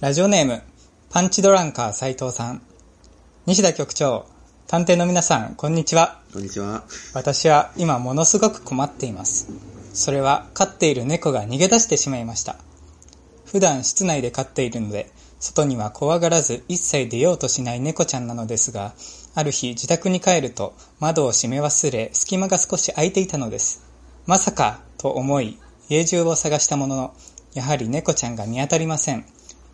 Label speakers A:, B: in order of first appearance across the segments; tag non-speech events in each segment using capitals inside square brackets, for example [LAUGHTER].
A: ラジオネーム、パンチドランカー斉藤さん。西田局長、探偵の皆さん、こんにちは。
B: こんに
A: [LAUGHS]
B: ちは。
A: 私は今ものすごく困っています。それは飼っている猫が逃げ出してしまいました。普段室内で飼っているので、外には怖がらず一切出ようとしない猫ちゃんなのですが、ある日自宅に帰ると窓を閉め忘れ隙間が少し空いていたのです。まさかと思い家中を探したものの、やはり猫ちゃんが見当たりません。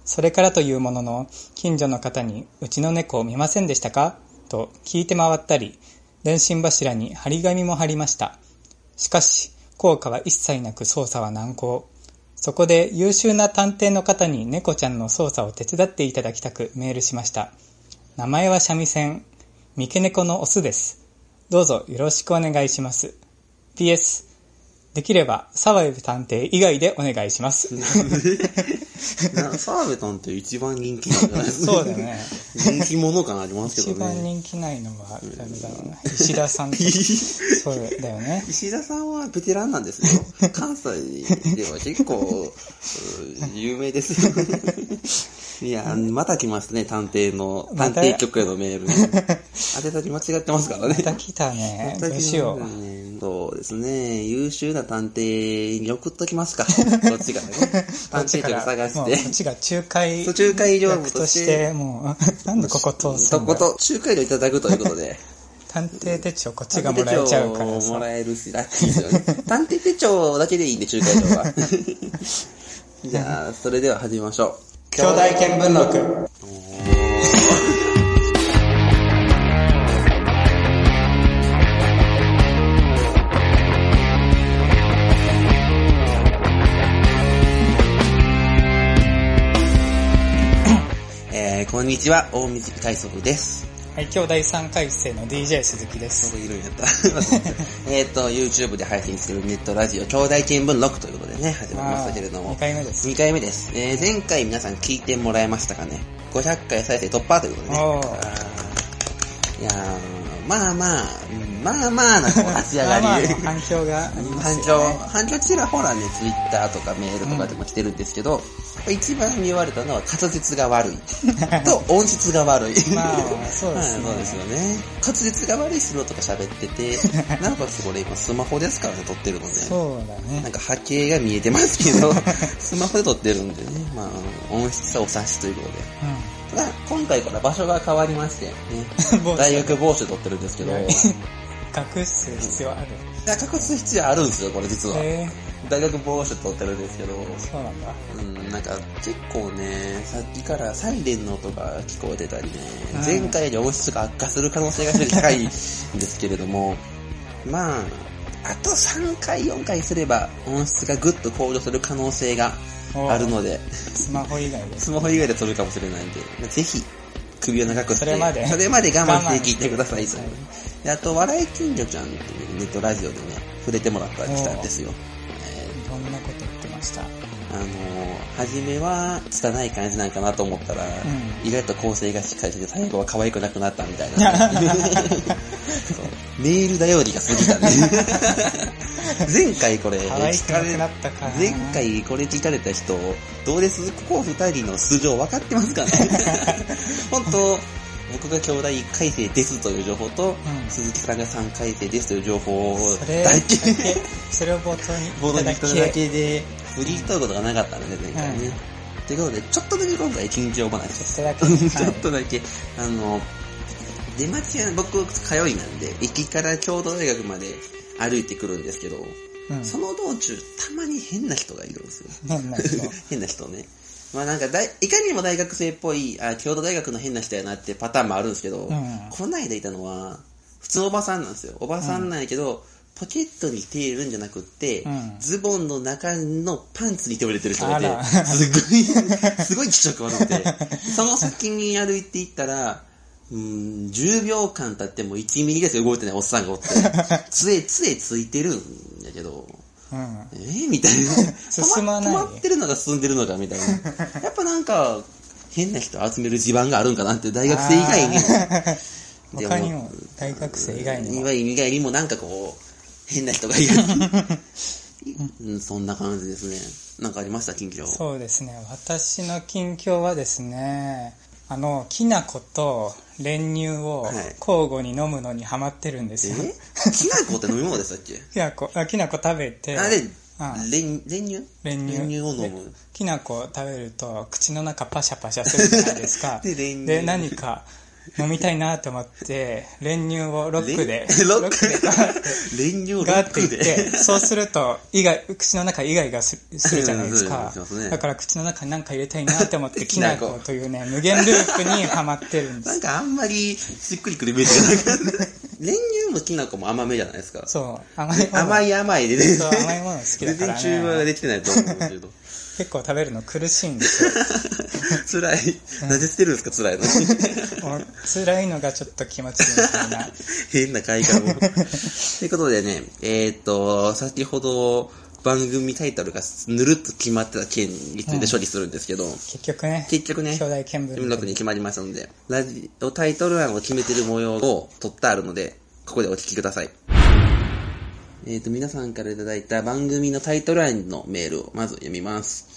A: それからというものの、近所の方にうちの猫を見ませんでしたかと聞いて回ったり、電信柱に張り紙も貼りました。しかし、効果は一切なく捜査は難航。そこで優秀な探偵の方に猫ちゃんの捜査を手伝っていただきたくメールしました。名前は三味線。三毛猫のオスです。どうぞよろしくお願いします。PS、できれば沢部探偵以外でお願いします。 [LAUGHS]
B: な澤部さんって一番人気なんじゃないですか
A: そうだ。ね。
B: 人気者感ありますけ
A: 一
B: ど
A: 番
B: ね。
A: 人気ないのは、誰だろうな。石田さんと [LAUGHS] か。そうだよね。
B: 石田さんはベテランなんです
A: [LAUGHS]
B: よ。関西では結構、うん有名です
A: [LAUGHS]
B: よ。いや、また来ますね、探偵の、
A: ま
B: 探
A: た
B: 偵局へ
A: [LAUGHS]
B: のメール。当てたり間違ってますからね。
A: また来たね。ど
B: ど
A: うしよう。
B: そうですね。優秀な探偵に送っとき
A: [LAUGHS]
B: ますか。どっちかね。探偵局
A: も
B: 探し。
A: うこってちが仲介
B: 途中会場
A: 役として、もう、 [LAUGHS] なんでここ通す
B: と
A: ん
B: こ
A: だ
B: と、仲介料いただくということで。
A: 探偵手帳こっちがもらえちゃうから
B: 探偵手帳
A: さ。
B: もらえるし、ラッキーですよね。探偵手帳だけでいいんで、仲介
A: [LAUGHS]
B: 料は。じゃあ、それでは始めましょう。
A: 兄弟見聞録。
B: えー、こんにちは、大水海賊です。
A: はい、兄弟3回生の DJ 鈴木で
B: ちょ
A: す。
B: うどいるんや
A: [LAUGHS]
B: った。えっと、YouTube で配信するネットラジオ、兄弟見聞録ということでね、始まりましたけれども
A: 2。回目です。
B: 2回目です。えー、前回皆さん聞いてもらえましたかね。500回再生突破ということでね。
A: おー
B: あーいやー、まあまあ、うんまあまあなこ
A: [LAUGHS]
B: う立ち上がり。
A: まあまあの反響があります
B: 反響
A: よ、ね。、
B: 反響ちらほらね、ツイッターとかメールとかでも来てるんですけど、一番言われたのは滑舌が
A: [LAUGHS]
B: 悪い。と、音質が悪い。
A: まあそうですね
B: はいそうですよね。滑舌が悪い素人が喋って
A: [LAUGHS]
B: て、なおかつこれ今スマホですからね、撮ってるので。
A: そうだ
B: な
A: ね
B: ん。か波形が見えてますけど、スマホで撮ってるんでね、まあ、あの音質差を察しということで。ただ、今回から場所が変わりまして、ね、
A: [LAUGHS] うん。帽子
B: 大学帽子撮ってるんですけど、
A: いや
B: い
A: い隠す必要ある。
B: や、隠す必要あるんですよ、これ実は。
A: え
B: 大学帽子撮ってるんですけど、
A: ー、そうなんだ。
B: うん、なんか結構ね、さっきからサイレンの音が聞こえてたりね
A: うん、
B: 前回より音質が悪化する可能性が非常に高いんですけれども、まあ、あと3回、4回すれば音質がぐっと向上する可能性が
A: おー
B: あるので、
A: スマホ以外です。
B: スマホ以外で撮るかもしれないんで、ぜひ、首を長くし
A: そ
B: て、
A: れまで
B: それまで我慢
A: 我慢
B: して聞いてくださいと。であと、笑い金魚ちゃんっていうネットラジオでね、触れてもらったりしたんですよ。えー
A: どんなこと言ってました
B: あのー、初めは、拙い感じなんかなと思ったら、
A: う
B: 意外と構成がしっかりしてて、最後は可愛くなくなったみ
A: [LAUGHS]
B: たいな。そうメール頼りが過ぎ
A: [LAUGHS]
B: たね。前回これ、
A: 可愛くなくなったかな
B: 前回これ聞かれた人、どうですここ二人の素性分かってますかね
A: [LAUGHS]
B: 本当僕が兄弟1回生ですという情報と、
A: ん
B: 鈴木さんが3回生ですという情報を
A: それだ
B: だけ
A: け、それを冒頭
B: ボー
A: に
B: ド
A: いた
B: に
A: だ
B: 人だ
A: け、
B: けで、フリートークとかなかったので、前回
A: うん
B: ね。と、いうことで、ちょっとだけ今回緊張話です。
A: それだけ、
B: [LAUGHS] ちょ
A: は
B: っとだけ、あの、出町屋、僕、通いなんで、駅から京都大学まで歩いてくるんですけど、
A: い。うん。
B: その道中、たまに変な人がいるんですよ。
A: 変な人。
B: [LAUGHS] 変な人ね。まあなんか大、いかにも大学生っぽい、あ、京都大学の変な人やなってパターンもあるんですけど、
A: うん
B: こないだいたのは、普通おばさんなんですよ。おばさんなんやけど、ポケットに手入れるんじゃなくって、
A: うん
B: ズボンの中のパンツに手を入れてる人がい
A: あら
B: て、すごい、 [LAUGHS] すごい気色悪くて、その先に歩いていったら、うーん、10秒間経っても1ミリぐらいしか動いてないおっさんがおって、杖、杖ついてるんやけど、
A: うん。
B: えーみ
A: [LAUGHS]
B: たいな。
A: 進まない
B: 止ま止まってるのが進んでるのかみ
A: [LAUGHS]
B: たいな。やっぱなんか、変な人集める地盤があるんかなって、大学生以外に
A: [LAUGHS]
B: も。
A: 他にも、大学生以外に
B: い
A: も。 [LAUGHS]
B: わゆる以外にもなんかこう、変な人がいる。うん、そんな感じですね。なんかありました近況。
A: そうですね。私の近況はですね、あの、きな粉と練乳を
B: はい
A: 交互に飲むのにハマってるんです
B: え
A: よ。
B: きな粉って飲み物でしたっ
A: [LAUGHS]
B: け
A: きな粉、あきな粉食べて、
B: あれ
A: あ、
B: 練練乳
A: 練乳
B: 練乳を飲む。
A: きな粉を食べると口の中パシャパシャするじゃないですか
B: [LAUGHS] 。で練乳
A: で何か飲みたいなと思って、練乳をロックで、
B: 練 [LAUGHS] ロッ
A: ロッ
B: ク
A: ク
B: で
A: で [LAUGHS]
B: 練乳をロ
A: ガー
B: ッ
A: って
B: ク
A: いって、
B: で。
A: そうすると、意外、口の中意外がすするじゃないですか
B: うんそうですね。
A: だから口の中に何か入れたいなって思って、
B: [LAUGHS] き
A: き
B: な
A: な
B: 粉
A: 粉というね、無限ループにはまってるんで
B: な [LAUGHS]
A: す
B: ん。かあんまりしっくりくるイメージがな
A: [LAUGHS]
B: かった。練乳もきな粉も甘めじゃないですか。
A: そう、甘いもの。
B: 甘い甘いで全然
A: そう甘いもの好きだからね
B: 全然中和ができてないと思うんですけど。
A: [LAUGHS] 結構食べるの苦しいんですよ。
B: 辛い。なぜ捨てるんですか辛いの。
A: [LAUGHS] もう辛いのがちょっと気持ちいいみたいな。
B: 変な会話も。ということでね、えーっと、先ほど番組タイトルがぬるっと決まってた件について処理するんですけど、
A: 結局ね、
B: 結局ね、
A: 兄弟見聞
B: 文
A: 録
B: 録に決まりましたので、ラジオタイトル案を決めてる模様を取ってあるので、ここでお聞きください。えー、と、皆さんからいただいた番組のタイトル案のメールをまず読みます。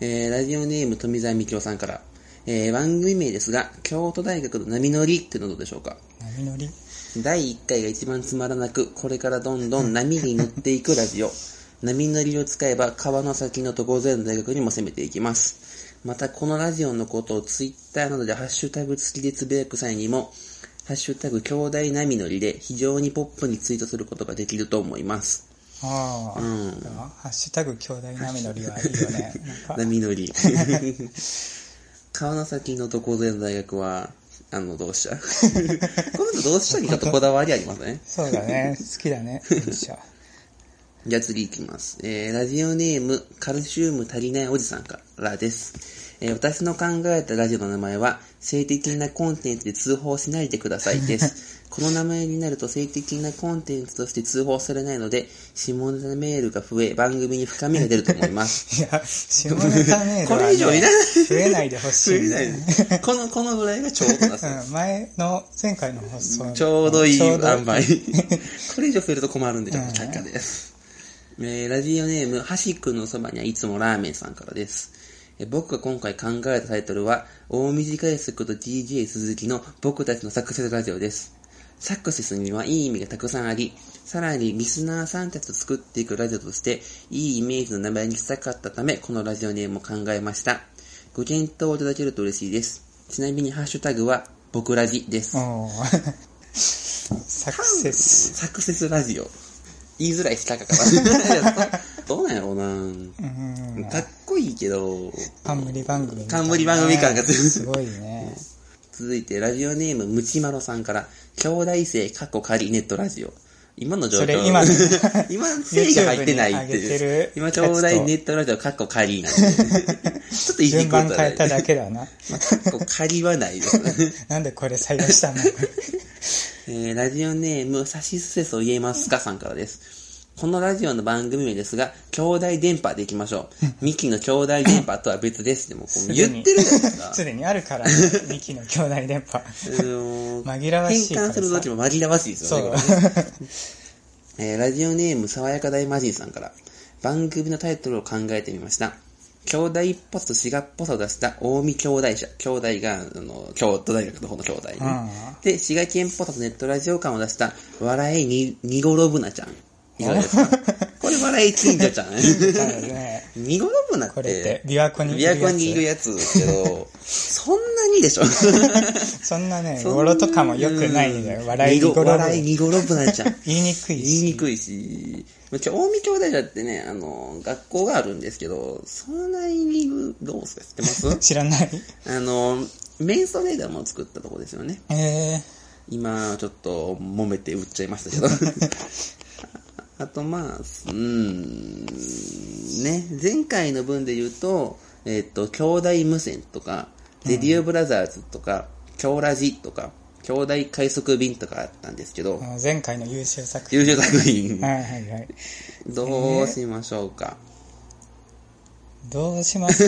B: えー、ラジオネーム富澤美京さんから、えー、番組名ですが、京都大学の波乗りってのはどうでしょうか
A: 波乗り。
B: 第1回が一番つまらなく、これからどんどん波に乗っていくラジオ。波乗りを使えば川の先の所沢の大学にも攻めていきます。またこのラジオのことをツイッターなどでハッシュタグ付きでつぶやく際にも、ハッシュタグ兄弟波乗りで非常にポップにツイートすることができると思います。
A: ああ、
B: ん
A: でもハッシュタグ兄弟波乗りはいいよ
B: [LAUGHS]
A: ね。なんか、
B: 波乗り。川の先の所沢の大学は、あの、同志社。この人同志社にちょっとこだわりありますね。
A: そうだね、好きだね。よい
B: [LAUGHS]
A: しょ
B: じゃあ次行きます。えー、ラジオネーム、カルシウム足りないおじさんからです。えー、私の考えたラジオの名前は、性的なコンテンツで通報しないでくださいです。この名前になると性的なコンテンツとして通報されないので、下ネタメールが増え、番組に深みが出ると思
A: [LAUGHS]
B: います。
A: いや、下ネタメールはね、
B: これ以上いらない
A: 増えないでほしい、ね。
B: この、このぐらいがちょうどなんですね。
A: うん、前の、前回の放送の。
B: ちょうどいい
A: ちょ
B: 塩
A: うど [LAUGHS]
B: 梅。これ以上増えると困るんで、ちょっと却下です。えーラジオネーム、はしくんのそばにはいつもラーメンさんからです。えー僕が今回考えたタイトルは、大短い速と DJ 鈴木の僕たちのサクセスラジオです。サクセスにはいい意味がたくさんあり、さらにリスナーさんたちと作っていくラジオとして、いいイメージの名前にしたかったため、このラジオネームを考えました。ご検討いただけると嬉しいです。ちなみにハッシュタグは、僕ラジです。
A: おーサクセス。
B: サクセスラジオ。言いづらいしかかから。 [LAUGHS] どうなんやろう
A: う
B: な
A: ーん。
B: かっこいいけど。
A: 冠番組みたいなね。
B: 冠番組感が強い
A: すごいね。
B: 続いて、ラジオネーム、ムチマロさんから、兄弟生、過去仮ネットラジオ。今の状況。
A: それ今の
B: [LAUGHS] 今、生が入ってないって
A: YouTube に上げて
B: いう
A: る。
B: 今、兄弟ネットラジオ、過去
A: [LAUGHS]
B: 仮なんで。ちょっといじ
A: 順
B: くっ
A: 番
B: た
A: 変えただ
B: ら、
A: けだな。
B: [LAUGHS] まあ、過去仮はないですね。
A: なんでこれ採用したの
B: えーラジオネーム、サシスセスを言えますかさんからです。このラジオの番組名ですが、兄弟電波でいきましょう。ミキの兄弟電波とは別で
A: [LAUGHS]
B: す。でも、こう言ってるじゃないですか。
A: すでにあるから、ミキの兄弟電波。
B: うーん
A: 紛らわしいか
B: 変
A: ら
B: 換
A: さ
B: するときも紛らわしいです
A: そ
B: よ
A: う
B: ね。こ。れえーラジオネーム、爽やか大魔人さんから、番組のタイトルを考えてみました。兄弟っぽさと滋賀っぽさを出した近江兄弟社。兄弟が、あの、京都大学の方の兄弟ね、
A: うん
B: で、滋賀県っぽさとネットラジオ感を出した、笑いに、にごろぶなちゃん。いかがで
A: [LAUGHS]
B: すかこれ笑い近所ちゃん。
A: だからね。
B: [LAUGHS]
A: [LAUGHS]
B: にごろぶなって、
A: これって琵琶湖にいるや
B: 琵
A: つ
B: 琶湖にいるやつですけど、そんなにでしょ
A: [LAUGHS] そんなね、語呂とかも良くないんだよ。笑いに語呂。
B: 笑いにごろぶなちゃん。
A: 言いにくい
B: 言い
A: し。
B: にくいし、まあ、近江兄弟だってね、あの、学校があるんですけど、そんなに、どうですか知ってま
A: [LAUGHS]
B: す
A: 知らない
B: あの、メンソレーダーも作ったとこですよね。
A: え
B: 今、ちょっと、揉めて売っちゃいましたけど。
A: [LAUGHS]
B: あと、まあ、うん、ね、前回の分で言うと、えっ、と、兄弟無線とか、レディオブラザーズとか、京ラジとか、兄弟快速便とかあったんですけど、
A: ー、前回の優秀作品。
B: 優秀作品
A: は、いはいはい。
B: どうしましょうか。
A: どうします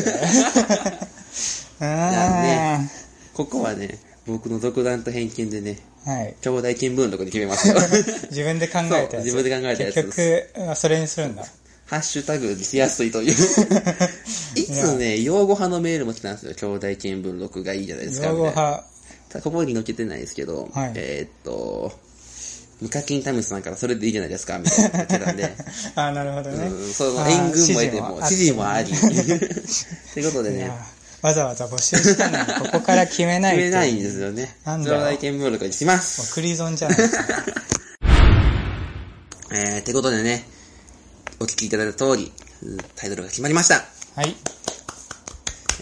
B: [LAUGHS]
A: うーん。
B: ここはね、僕の独断と偏見でね、
A: はい。
B: 兄
A: [LAUGHS]
B: 弟見聞録で決めますよ。
A: 自分で考えたやつ。
B: そう自分で考えたやつ
A: 結局、あそれにするんだ。
B: ハッシュタグしやすい
A: [LAUGHS]
B: という。いつね、用語派のメールも来たんですよ。兄弟見聞録がいいじゃないですか。
A: 用語
B: みたいな
A: 派。 [LAUGHS]
B: ただここに載っけてないですけど、
A: はい
B: えーっと、無課金タムスさんからそれでいいじゃないですか、みたいなのが来
A: [LAUGHS]
B: たんで。
A: あなるほどね。
B: うんそ
A: あ
B: の
A: ー
B: 援軍も得ても、
A: 指
B: 指
A: 示
B: 示
A: も
B: も
A: あ
B: あ
A: って
B: り。
A: [LAUGHS]
B: ということで
A: いや
B: ね、
A: わざわざ募集したのに、ここから決めない
B: [LAUGHS] 決
A: って
B: めないんですよね。
A: なん
B: 兄
A: だよ
B: 弟見聞録にします。
A: もうクリゾンじゃないですか。
B: えー、てことでね、お聞きいただいた通り、うんタイトルが決まりました。
A: はい。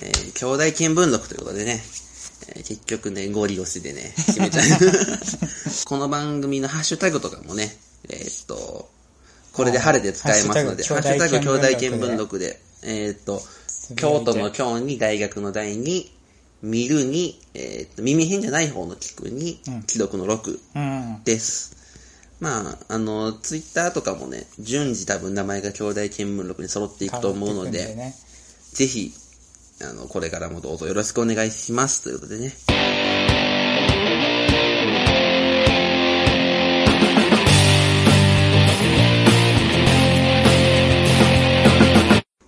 B: えー、兄弟見聞録ということでね、えー結局ね、ゴリ押しでね、決めちゃう。 [LAUGHS] この番組のハッシュタグとかもね、えーっと、これで晴れて使えますので、
A: ハ
B: ハ
A: ッ
B: ッ
A: シ
B: シ
A: ュ
B: ュ
A: タ
B: タ
A: グ
B: グ
A: 兄
B: 兄
A: 弟
B: 弟
A: 見
B: 見
A: 聞
B: 聞
A: 録
B: 録で、えーっと、
A: つぶやい
B: 京
A: て
B: 都の京に大学の大に、見るに、えーっと、耳変じゃない方の聞くに、既読の6。
A: うん。
B: です。まあ、あの、ツイッターとかもね、順次多分名前が兄弟見聞録に揃っていくと思うの
A: 変わって
B: で、
A: いくんね。
B: ぜひ、あの、これからもどうぞよろしくお願いしますということでね。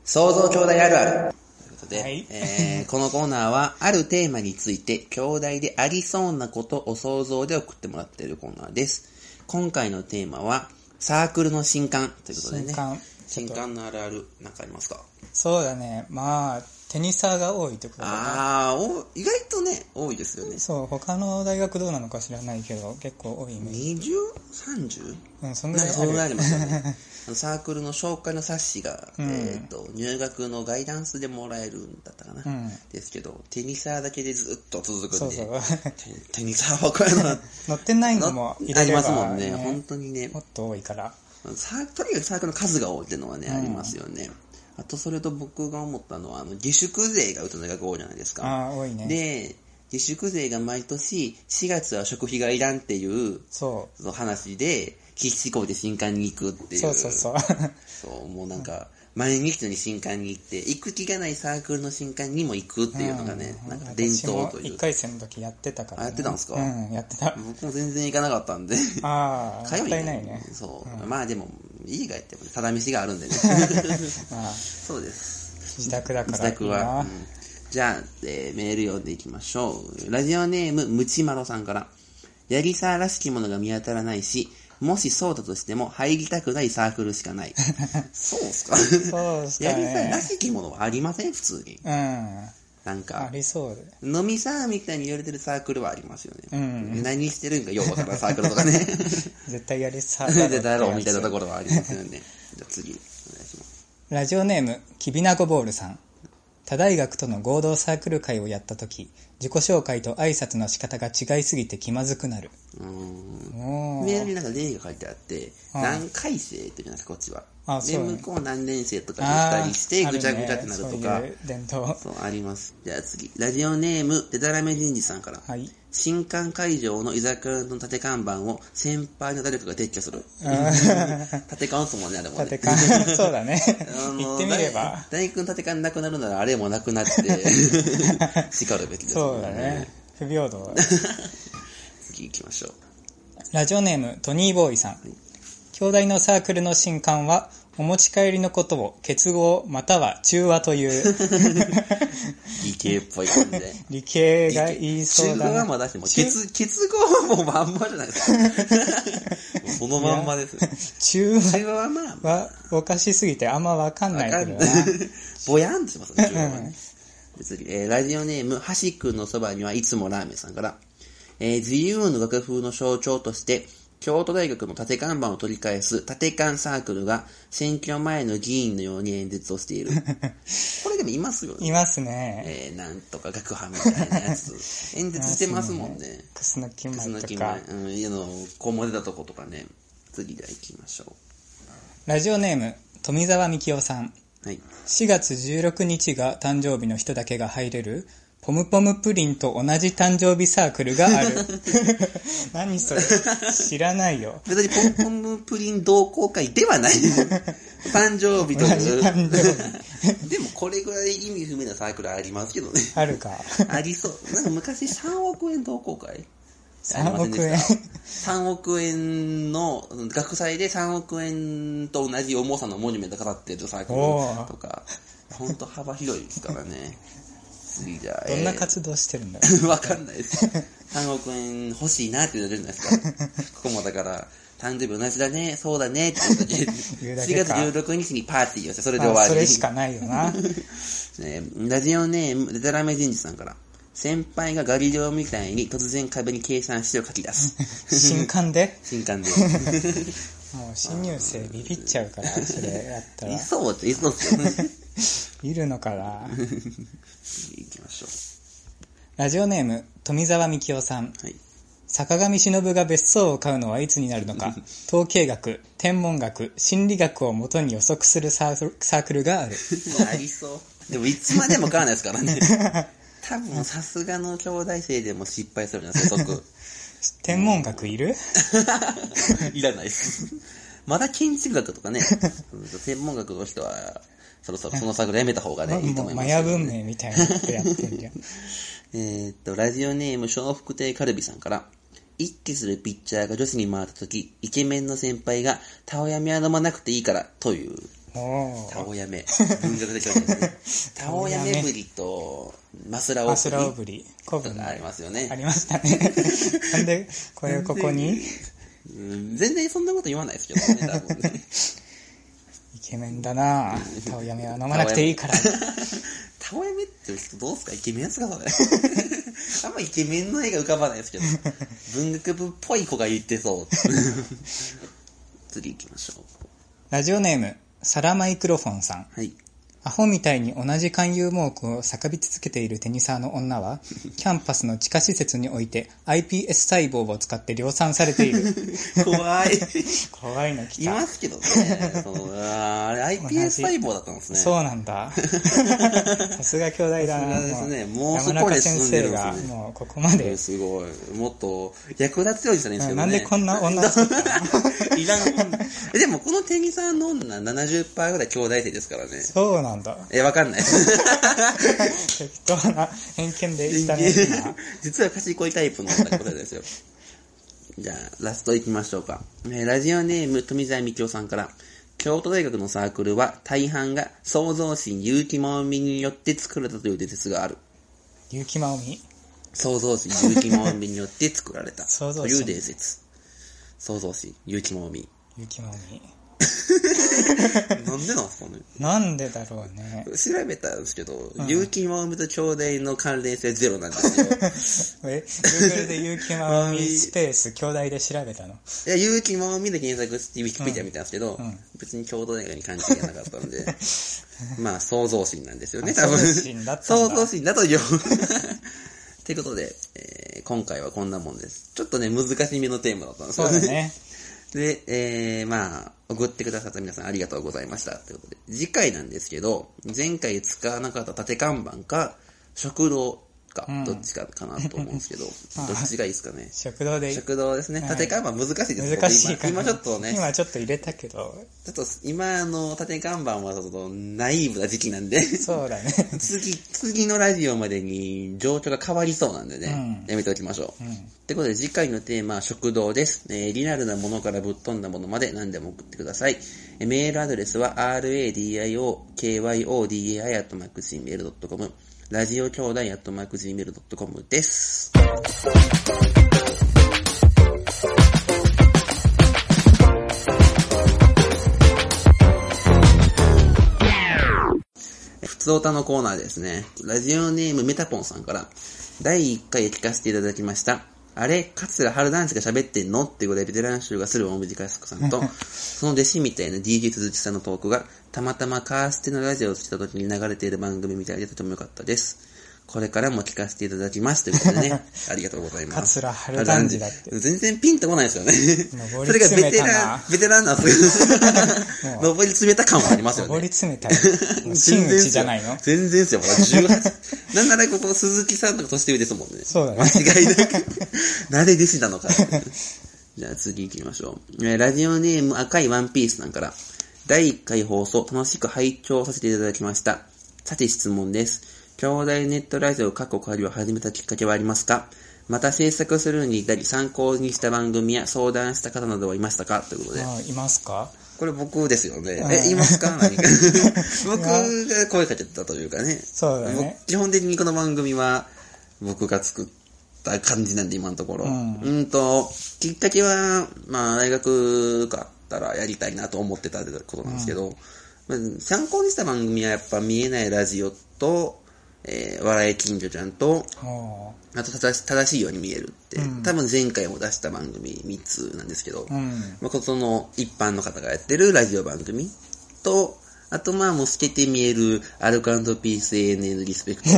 B: 想像兄弟あるある。ということで、
A: はい
B: えーこのコーナーは、あるテーマについて、兄弟でありそうなことを想像で送ってもらっているコーナーです。今回のテーマは、サークルの新刊ということでね。
A: 新刊
B: 新刊のあるある、なんかありますか
A: そうだね。まあ、テニサーが多いってことだな
B: ああ、お意外とね、多いですよね。
A: そう、他の大学どうなのか知らないけど、結構多いイメージ。
B: 20?30?
A: うん、そん
B: な
A: なんにあ
B: かそ
A: る
B: のぐらいありますよ
A: [LAUGHS]
B: ね。あのサークルの紹介の冊子が、
A: うん
B: えっと、入学のガイダンスでもらえるんだったかな。
A: うん
B: ですけど、テニサーだけでずっと続く
A: そ
B: ん
A: う
B: で、
A: そう。 [LAUGHS]
B: テテニサーはこういうのは
A: 乗ってないのも入
B: あ
A: れ
B: り
A: れば、
B: ますもんね。本当にね
A: も。っと多いから。
B: サーとにかくサークルの数が多いっていうのはね、ありますよね。あと、それと僕が思ったのは、あの、自粛税がうちの大学多いじゃないですか。
A: ああ、多いね。
B: で、自粛税が毎年4月は食費がいらんっていう
A: そ
B: その話で、必死校で新刊に行くって
A: う。
B: いう。
A: そうそうそう。
B: そうもうなんか、毎日のように新刊に行って、行く気がないサークルの新刊にも行くっていうのがね、なんか [LAUGHS] 伝統と
A: 私
B: い
A: も1。
B: う
A: 回戦の時やってたから、
B: あやってたんすか
A: うん、やってた。
B: 僕も全然行かなかったんで。
A: [LAUGHS] ああ、もったいないね。
B: そう、まあでも、家が行っても、ただ飯があるん
A: [LAUGHS]
B: でね。
A: ああ
B: そうです。
A: 自宅だから
B: 自宅
A: いいな
B: は。うんじゃあ、えーメール読んでいきましょう。ラジオネーム、ムチマロさんから。やりさーらしきものが見当たらないし、もしそうだとしても入りたくないサークルしかない。そうっ [LAUGHS] すか
A: そうっすか
B: や
A: ね
B: りさーらしきものはありません普通に。なん
A: うん。あ
B: か、
A: りそうで。
B: 飲みさーみたいに言われてるサークルはありますよね。
A: うん
B: 何してるんかようわからんサークルとかね。
A: 絶対やりさ
B: [LAUGHS] なんでだろうみたいなと
A: こ。
B: ころはありますよね。じゃあ次、お願いします。
A: ラジオネーム、きびなごボールさん。他大学との合同サークル会をやった時自己紹介と挨拶の仕方が違いすぎて気まずくなる。
B: うーん
A: おー
B: メールになんか例が書いてあって、何回生って言うんですか、こっちは。
A: あそう
B: で、
A: だね
B: 向こう何年生とか言
A: あ
B: った
A: ー
B: りして、
A: あ
B: ぐちゃぐちゃってなると
A: ね、そ
B: か
A: う。いう伝統。
B: そう、あります。じゃあ次。ラジオネーム、でだらめ人事さんから。
A: はい。
B: 新刊会場の居酒屋の縦看板を先輩の誰かが撤去する。縦看すもんね、あれも
A: 立て
B: ね。
A: か、
B: [LAUGHS]
A: そうだね。
B: あの
A: 言ってみれば。
B: 大大工の縦看なくなるならあれもなくな
A: [LAUGHS]
B: って、しかるべきです
A: そうだね。。不平等だね。
B: 次行きましょう。
A: ラジオネーム、トニーボーイさん。兄弟のサークルの新刊は、お持ち帰りのことを結合または中和という
B: [LAUGHS] 理系っぽい感じで。
A: 理系が言いそうだ
B: 中
A: な
B: は。まだしも、結、結合はもうまんまじゃな
A: [LAUGHS]
B: いですか。そのまんまです。
A: 中和
B: 中和はまあ、ま
A: はおかしすぎてあんまわかんない
B: あ、 [LAUGHS]
A: けどな。
B: ぼやんとしますね、中和はね。で次、えーラジオネーム、はしくんのそばにはいつもラーメンさんから、えー自由の学風の象徴として、京都大学の縦看板を取り返す縦看サークルが選挙前の議員のように演説
A: [LAUGHS]
B: をしている。これでもいますよね。
A: います [LAUGHS] ね。
B: えーなんとか学派みたいなやつ。演説してますもんね。
A: クスノキマ
B: そ
A: イ
B: の
A: と
B: 気
A: か
B: 前。、うん、家の、こも出たとことかね。次で行きましょ
A: ラジオネーム、富澤美夫さん。
B: う。はい。
A: 4月16日が誕生日の人だけが入れる、ポムポムプリンと同じ誕生日サークルがあ [LAUGHS] る。何それ知らないよ。
B: 別にポンポンプリン同好会ではない。
A: [LAUGHS]
B: 誕生日と
A: 同じ
B: いう。
A: 誕生日。
B: [LAUGHS] でもこれぐらい意味
A: [LAUGHS]
B: 不明なサークルありますけどね。
A: あるか。
B: ありそう。なんか昔3億円同好会ありませんでした
A: 3億円
B: 3億円の、うん学祭で3億円と同じ重さのモニュメント語ってるサークルとか、本当幅広いですからね。次じゃあ、
A: どんな
B: えー
A: 活動してるんだろ
B: [LAUGHS] わかんないです。3億円欲しいなってなるじゃないで
A: [LAUGHS]
B: すか。ここもだから、誕生日同じだね、そうだねって言うだけ。
A: 言う
B: 4
A: だけ
B: 月
A: か
B: 16日にパーティーをして、それ
A: う。
B: で終
A: ま
B: わ
A: あ、
B: り。
A: それしかないよな。
B: [LAUGHS] えーラジオネーム、デタラメ人事さんから。先輩がガリレオみたいに突然壁に計算してを書き出す。
A: 新刊で。
B: 新刊
A: [LAUGHS]
B: で。
A: もう新入生ビビっちゃうから、それやったら
B: い。そうって、いそうっすよね。
A: いるのかな。
B: 次行きましょ
A: ラジオネーム、富澤美樹夫さん。
B: う。はい。
A: 坂上忍が別荘を買うのはいつになるの
B: [LAUGHS]
A: か、統計学、天文学、心理学をもとに予測するサークサークルがある。
B: まあ、ありそう。でも、いつまでも買わないですからね。
A: [LAUGHS]
B: 多分、さすがの兄弟生でも失敗するんじゃないですか、即。
A: 天文学いる
B: [LAUGHS] いらないです。まだ建築学とかね、 [LAUGHS] うん天文学の人は、そろそろそのサークルやめた方がね、いいと
A: も
B: 思
A: う
B: い
A: マ
B: ます、
A: ヤ文明みたいなことやってんじゃん。
B: [LAUGHS] えーっと、ラジオネーム、笑福亭カルビさんから、一気するピッチャーが女子に回った時、イケメンの先輩が、タオヤメは飲まなくていいから、という、
A: お
B: タオヤメ。文学的表現です [LAUGHS] ね。タオヤメぶりと、マスラ
A: お。
B: オ
A: マスラオ
B: ブ
A: ブリ、古
B: リ
A: 文
B: がありますよね
A: あ。りましたね。
B: [LAUGHS]
A: なんで、これをここに、
B: うん全然そんなこと言わないですけどね、多分ね。
A: イケメンだなぁ。タオヤメは飲まなくていいから。
B: タオヤメって人どうすかイケメンですかそれ。 [LAUGHS] あんまイケメンの絵が浮かばないですけど。文学部っぽい子が言ってそう。 [LAUGHS] 次行きましょ
A: ラジオネーム、サラマイクロフォンさん。
B: う。はい。
A: アホみたいに同じ勧誘網句を叫び続けているテニサーの女
B: [LAUGHS]
A: は、キャンパスの地下施設において iPS 細胞を使って量産されている。
B: 怖い。
A: 怖いの来
B: い
A: た。
B: ますけどね。そのあーあれ iPS 細胞だったんですね。
A: [LAUGHS] そうなん
B: [LAUGHS]
A: だ。さすが兄弟だな。
B: さすがですねもう
A: 山
B: そこま
A: 中
B: で
A: 先
B: 進んでる
A: 生
B: んですね
A: が、もうここまで。
B: すごい。もっと役立つようにしたらいいんですけどね。
A: なんでこんな女作ったの
B: いらん女 [LAUGHS] えでもこのテニサーの女70%ぐらい兄弟生ですからね。
A: そうなんだ。
B: え、わかんない。
A: 適当な偏見で言ったね。今
B: [LAUGHS] 実は賢いタイプのことですよ。じゃあ、ラスト行きましょうか。えーラジオネーム、富澤美京さんから、京都大学のサークルは大半が創造心、勇気もみによって作られたという説がある。
A: 結城まおみ。
B: 創造心、勇気もみによって作られた。
A: [LAUGHS] 創造
B: と
A: 心
B: いう伝説。創造心、勇気もみ。
A: 結城まおみ。
B: なんでなんすかね
A: なんでだろう
B: [LAUGHS]
A: ね。
B: 調べたんですけど、勇気もみと兄弟の関連性ゼロなんですよ。
A: え、Google で結城まおみスペース兄弟で調べたの。
B: いや、勇気もみで検索して、ウィキペディア見たんですけど、別に共同映画に関係がなかったん
A: [LAUGHS]
B: で、まあ、創造心なんですよね、
A: あ
B: 多分。
A: 創造心だったんだ
B: 創造心だとよ。ということで、えー今回はこんなもんです。ちょっとね、難しめのテーマだったんです
A: そう
B: よ
A: だ
B: ね。
A: ね。
B: で、えー、まあ、送ってくださった皆さんありがとうございました。ということで、次回なんですけど、前回使わなかった縦看板か、食堂か、どっちかかなと思うんで
A: [LAUGHS]
B: すけど、どっちがいいですか
A: [LAUGHS]
B: ね。
A: 食堂で
B: 食堂ですね。
A: はい
B: 縦看板難しいですね。
A: 難しいから
B: 今今ちょっとね、
A: 今ちょっと入れたけ
B: [LAUGHS]
A: ど
B: ちょっと今あの縦看板はちょっとナイーブな時期なんで、 [LAUGHS]
A: そうだね
B: 次、次のラジオまでに状況が変わりそうなんでね、やめておきましょう。ってことで次回のテーマは食堂です。えーリアルなものからぶっ飛んだものまで何でも送ってください。えーメールアドレスは radiokyoda.maximl.com ラジオ兄弟 .maximl.com です。普通歌のコーナーですね。ラジオネームメタポンさんから、第1回聞かせていただきました。あれ、桂春男子が喋ってんのってぐらいベテラン集がする大藤佳子さ
A: [LAUGHS]
B: んと、その弟子みたいな DJ 鈴木さんのトークが、たまたまカーステのラジオをつけた時に流れている番組みたいでとても良かったです。これからも聞かせていただきます。ということ
A: [LAUGHS]
B: でね、ありがとうございます。
A: 桂春男児だって
B: 全然ピンとこないですよね。
A: 上
B: そ
A: り
B: れが
A: 詰め
B: ベテ
A: た
B: ラン
A: な、
B: ベテランなんですけど、
A: [LAUGHS]
B: 上り詰めた感はありますよね。
A: 上り詰
B: [LAUGHS]
A: めたよ [LAUGHS] 真打ちじゃないの
B: 全然ですよ、まだ18。なんな [LAUGHS] らここ鈴木さんとか年上ですもんね。
A: そうだね
B: 間違いなく。誰弟子なのか。 [LAUGHS] じゃあ次行きましょう。えーラジオネーム赤いワンピースさんから、第1回放送楽しく拝聴させていただきました。さて質問です。兄弟ネットラジオ過去仮を始めたきっかけはありますかまた制作するに至り、参考にした番組や相談した方などはいましたかということで。
A: あいますか
B: これ僕ですよね。
A: うん
B: え、言
A: [LAUGHS]
B: いますか何か僕が声かけたというかね。
A: そうだね
B: 僕基本的にこの番組は僕が作った感じなんで今のところ。
A: うん
B: んと、きっかけは、まあ大学があったらやりたいなと思ってたってことなんですけど、まあ参考にした番組はやっぱ見えないラジオと、えー笑い金魚ちゃんと、
A: お
B: あと正し正しいように見えるって、
A: うん
B: 多分前回も出した番組3つなんですけど、
A: ーうん。。
B: まあ、その一般の方がやってるラジオ番組と、あとまあもう透けて見えるアルカンドピース ANN リスペクト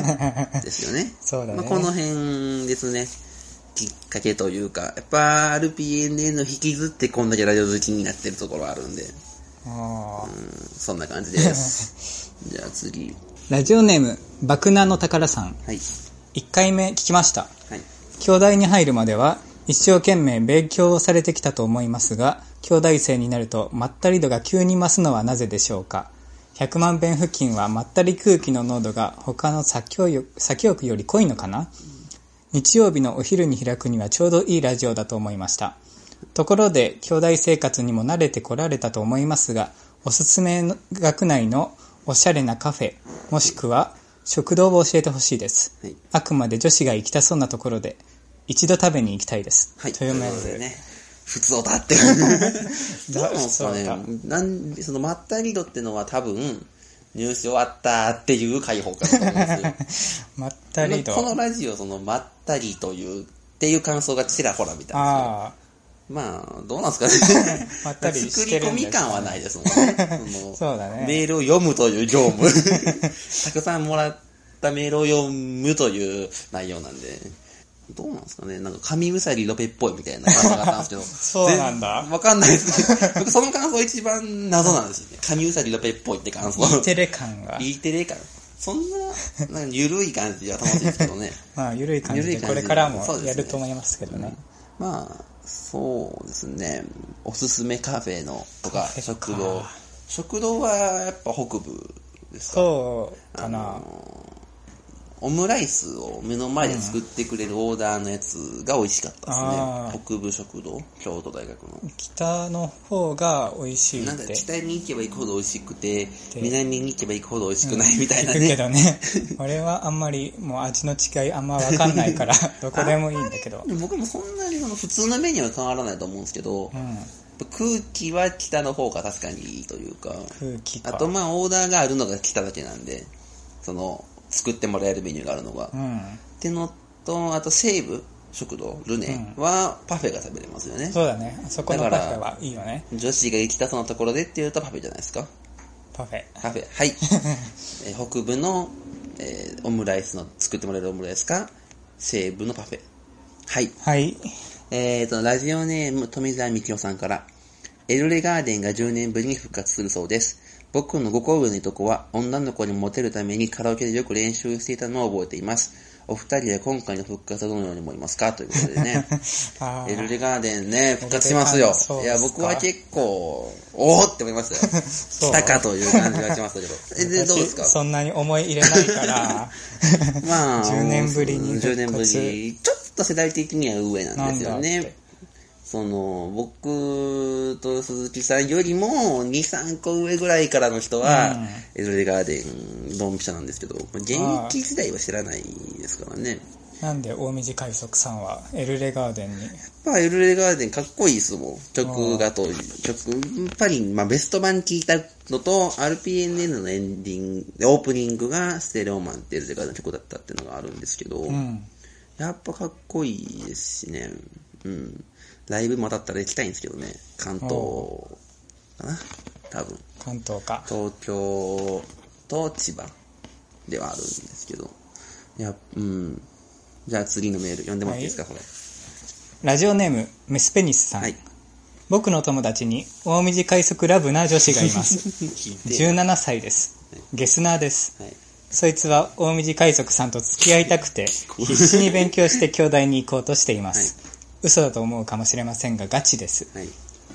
B: ですよね
A: そうだね
B: まあ、この辺ですね。きっかけというか、やっぱ RPNN を引きずってこんだけラジオ好きになってるところあるんで、
A: あー
B: うん、そんな感じです。
A: [LAUGHS]
B: じゃあ次。
A: ラジオネーム、爆ナの宝さん。
B: はい。
A: 1回目聞きました。
B: はい。
A: 京大に入るまでは一生懸命勉強をされてきたと思いますが、京大生になるとまったり度が急に増すのはなぜでしょうか ?100 万遍付近はまったり空気の濃度が他の左京よ左京区より濃いのかな日曜日のお昼に開くにはちょうどいいラジオだと思いました。ところで、兄弟生活にも慣れてこられたと思いますが、おすすめの学内のおしゃれなカフェ、もしくは食堂を教えてほしいです。
B: はい
A: あくまで女子が行きたそうなところで、一度食べに行きたいです。
B: はい。
A: というメー
B: とい
A: ル
B: うこと
A: で。
B: ね。普通
A: [LAUGHS]
B: だって。どうなんですかね
A: だそう
B: なんそのまったり度ってのは多分、入試終わったっていう解放かなと思うんですよ。
A: [LAUGHS] まったりと。
B: このラジオ、その、まったりという、っていう感想がちらほらみたいな。
A: あ
B: まあ、どうなんですかね。
A: [LAUGHS] まった
B: [LAUGHS]
A: りし
B: 作
A: て
B: り
A: るん
B: 込
A: です
B: み
A: ね
B: 感はないですもんね。その
A: あ、 [LAUGHS] そうだね。
B: メールを読むという業
A: [LAUGHS]
B: 務。たくさんもらったメールを読むという内容なんで。どうなんですかねなんか、神うさぎロペっぽいみたいな感想があったんで
A: [LAUGHS]
B: すけど。
A: そうなんだ
B: 全わかんないですね。僕、その感想一番謎なんですよね。神うさぎロペっぽいって
A: [LAUGHS]
B: 感想。
A: テレ感が。
B: いいテレ感。そんな、なんか、ゆるい感じが楽しいですけ
A: [LAUGHS]
B: どね。
A: まあ、ゆるい感じで
B: 緩い感
A: こ
B: じで
A: れからも
B: そうですね
A: やると思いますけどね。
B: まあ、そうですね。おすすめカフェのとか
A: カ、フェか
B: 食堂。食堂はやっぱ北部ですか
A: そうかな。
B: オムライスを目の前で作ってくれるオーダーのやつが美味しかったですね。
A: あー
B: 北部食堂京都大学の。
A: 北の方が美味しい
B: なんか
A: って聞
B: 北に行けば行くほど美味しくて、
A: で
B: 南に行けば行くほど美味しくないみたいな
A: くけ
B: ね。
A: どね [LAUGHS] 俺はあんまりもう味の違いあんま分かんない
B: [LAUGHS]
A: からどこでもいいんだけど、
B: 僕もそんなにその普通のメニューは変わらないと思うんですけど、
A: う
B: やっ
A: ん、
B: ぱ空気は北の方が確かにいいというか。
A: 空気
B: あ
A: か
B: とまあオーダーがあるのが来ただけなんで、その、作ってもらえるメニューがあるのが。
A: う
B: っ
A: ん、
B: てのと、あと西武食堂、ルネはパフェが食べれますよね。
A: そうだねあそこのパ
B: だ
A: フ
B: から
A: ェはいいよね
B: 女子が行きたそうなところでって言うとパフェじゃないですか。
A: パフェ
B: パフェ、
A: [LAUGHS]
B: はい。えー北部の、えーオムライスの、作ってもらえるオムライスか、西部のパフェ。はい。
A: はい
B: えーと、ラジオネーム、富澤美京さんから、エルレガーデンが10年ぶりに復活するそうです。僕の5個上のいとこは、女の子にモテるためにカラオケでよく練習していたのを覚えています。お二人は今回の復活はどのように思いますかということでね。
A: [LAUGHS] あ
B: エル
A: ー
B: レガーデンね、復活しますよ
A: そう。
B: い
A: ですか
B: や、僕は結構、おーって思いま
A: [LAUGHS]
B: した
A: う
B: よ。来たかという感じがしましたけど。
A: [LAUGHS]
B: え、で、どうですか
A: 私そんなに思い入れないから
B: [LAUGHS]
A: [LAUGHS]
B: まあ、
A: 10年ぶりに復活
B: 10年ぶり。ちょっと世代的には上なんですよ
A: なんだっ
B: ね
A: て。
B: その、僕と鈴木さんよりも、2、3個上ぐらいからの人は、エドレガーデン、ドンピシャなんですけど、現役時代は知らないですからね。
A: なんで大水海賊さんはエルレガーデンに
B: まあ、エルレガーデンかっこいいですもん。曲がと、曲、やっぱり、まあ、ベスト版聴いたのと、RPNN のエンディング、オープニングがステレオマンってエルレガーデンの曲だったっていうのがあるんですけど、
A: うん
B: やっぱかっこいいですしね。うん。ライブもだったら行きたいんですけどね。関東かな多分。
A: 関東か
B: 東京と千葉ではあるんですけど。いや、うん。じゃあ次のメール読んでもらっていいですか、こ
A: ラジオネームメスペニスさん、
B: れ。はい。
A: 僕の友達に大水海賊ラブな女子がいます
B: [LAUGHS] 聞いて。
A: 17歳ですゲスナーです
B: はい。
A: そいつは大水海賊さんと付き合いたく
B: [LAUGHS]
A: て、必死に勉強して京大に行こうとしています。嘘だと思うかもしれませんが、ガチです。
B: はい。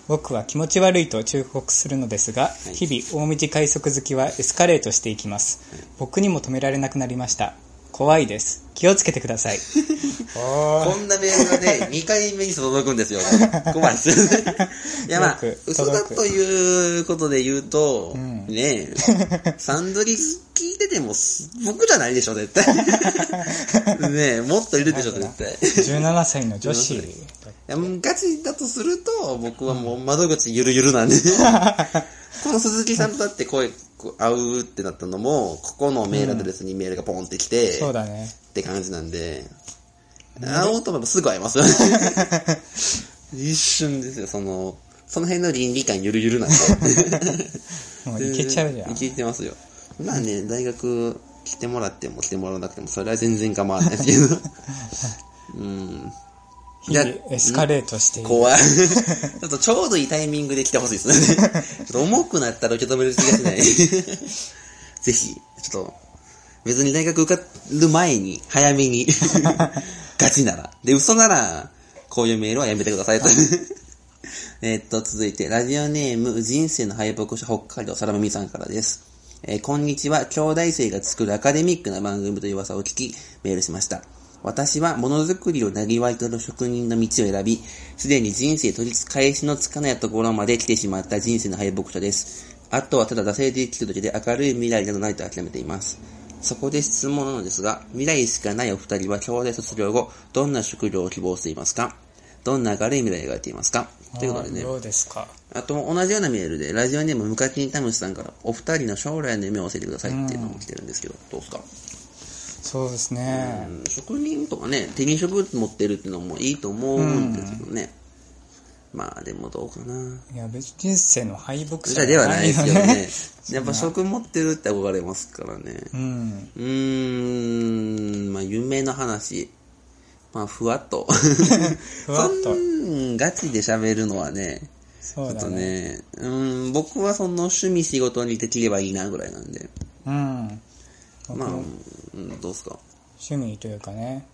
A: 僕は気持ち悪いと忠告するのですが、
B: い
A: 日々大水海賊好きはエスカレートしていきます。僕にも止められなくなりました。怖いです。気をつけてくだ
B: [LAUGHS]
A: さい。お
B: こ
A: ー
B: んなメールが
A: [LAUGHS]
B: ね、2回目に届くんですよ。怖いですよね。いやまあ
A: よく、
B: 嘘だ
A: 届く
B: ということで言うと、
A: ん
B: ねえ、サンドリ聞いてても、僕じゃないでしょ、絶対。
A: [LAUGHS]
B: ねえ、もっといるでしょ、絶対。
A: 17歳の女子。
B: いやもうガチだとすると、僕はもう窓口ゆるゆる
A: [LAUGHS]
B: なんで。この鈴木さんとだって声、こう会うってなったのも、ここのメールアドレスにメールがポンってきて、
A: そうだね。
B: って感じなんで、会おうと思えばすぐ会えますよね。一瞬ですよ、その、その辺の倫理観ゆるゆるなん
A: [LAUGHS] もう
B: で。
A: いけちゃうじゃん
B: い。けてますよ。まあね、大学来てもらっても来てもらわなくても、それは全然構わないですけ
A: [LAUGHS]
B: ど。うん。
A: 日々エスカレートしている。
B: 怖い。ちょっとちょうどいいタイミングで来てほしいですね。ちょっと重くなったら受け止める気がしない。ぜひ、ちょっと、別に大学受かる前に、早めに、 [LAUGHS] ガチなら。で、嘘なら、こういうメールはやめてくださいと。えっと、続いて、ラジオネーム、人生の敗北者北海道サラマミさんからです。えーこんにちは、兄弟生が作るアカデミックな番組という噂を聞き、メールしました。私はものづくりをなりわいとる職人の道を選び、すでに人生取り返しのつかないところまで来てしまった人生の敗北者です。あとはただ惰性で生きるだけで明るい未来などないと諦めています。そこで質問なのですが、未来しかないお二人は兄弟卒業後、どんな職業を希望していますかどんな明るい未来を描いていますかということでね
A: あー。どうですか。
B: あと、同じようなメールで、ラジオネームムカキンタムシさんから、お二人の将来の夢を教えてくださいっていうのも来てるんですけど、どうですか、
A: そうです
B: う
A: ね。
B: ん、職人とかね、手に職持ってるっていうのもいいと思うんですけどね。まあ、でもどうかな。
A: いや、別に人生の敗北
B: そ
A: 者
B: れではないですけど
A: よ
B: [LAUGHS] ね。。やっぱ職持ってるって憧れますからね。
A: うん。
B: うーん、まあ、夢の話。まあ、ふわっと。
A: [LAUGHS] ふわっと
B: そんガチで喋るのはね、
A: そう
B: ちょっ
A: だ
B: と
A: ね。
B: ね、うん、僕はその趣味仕事にできればいいなぐらいなんで。
A: うん。僕
B: まあ、
A: も
B: うん、どうすか。
A: 趣味というかね、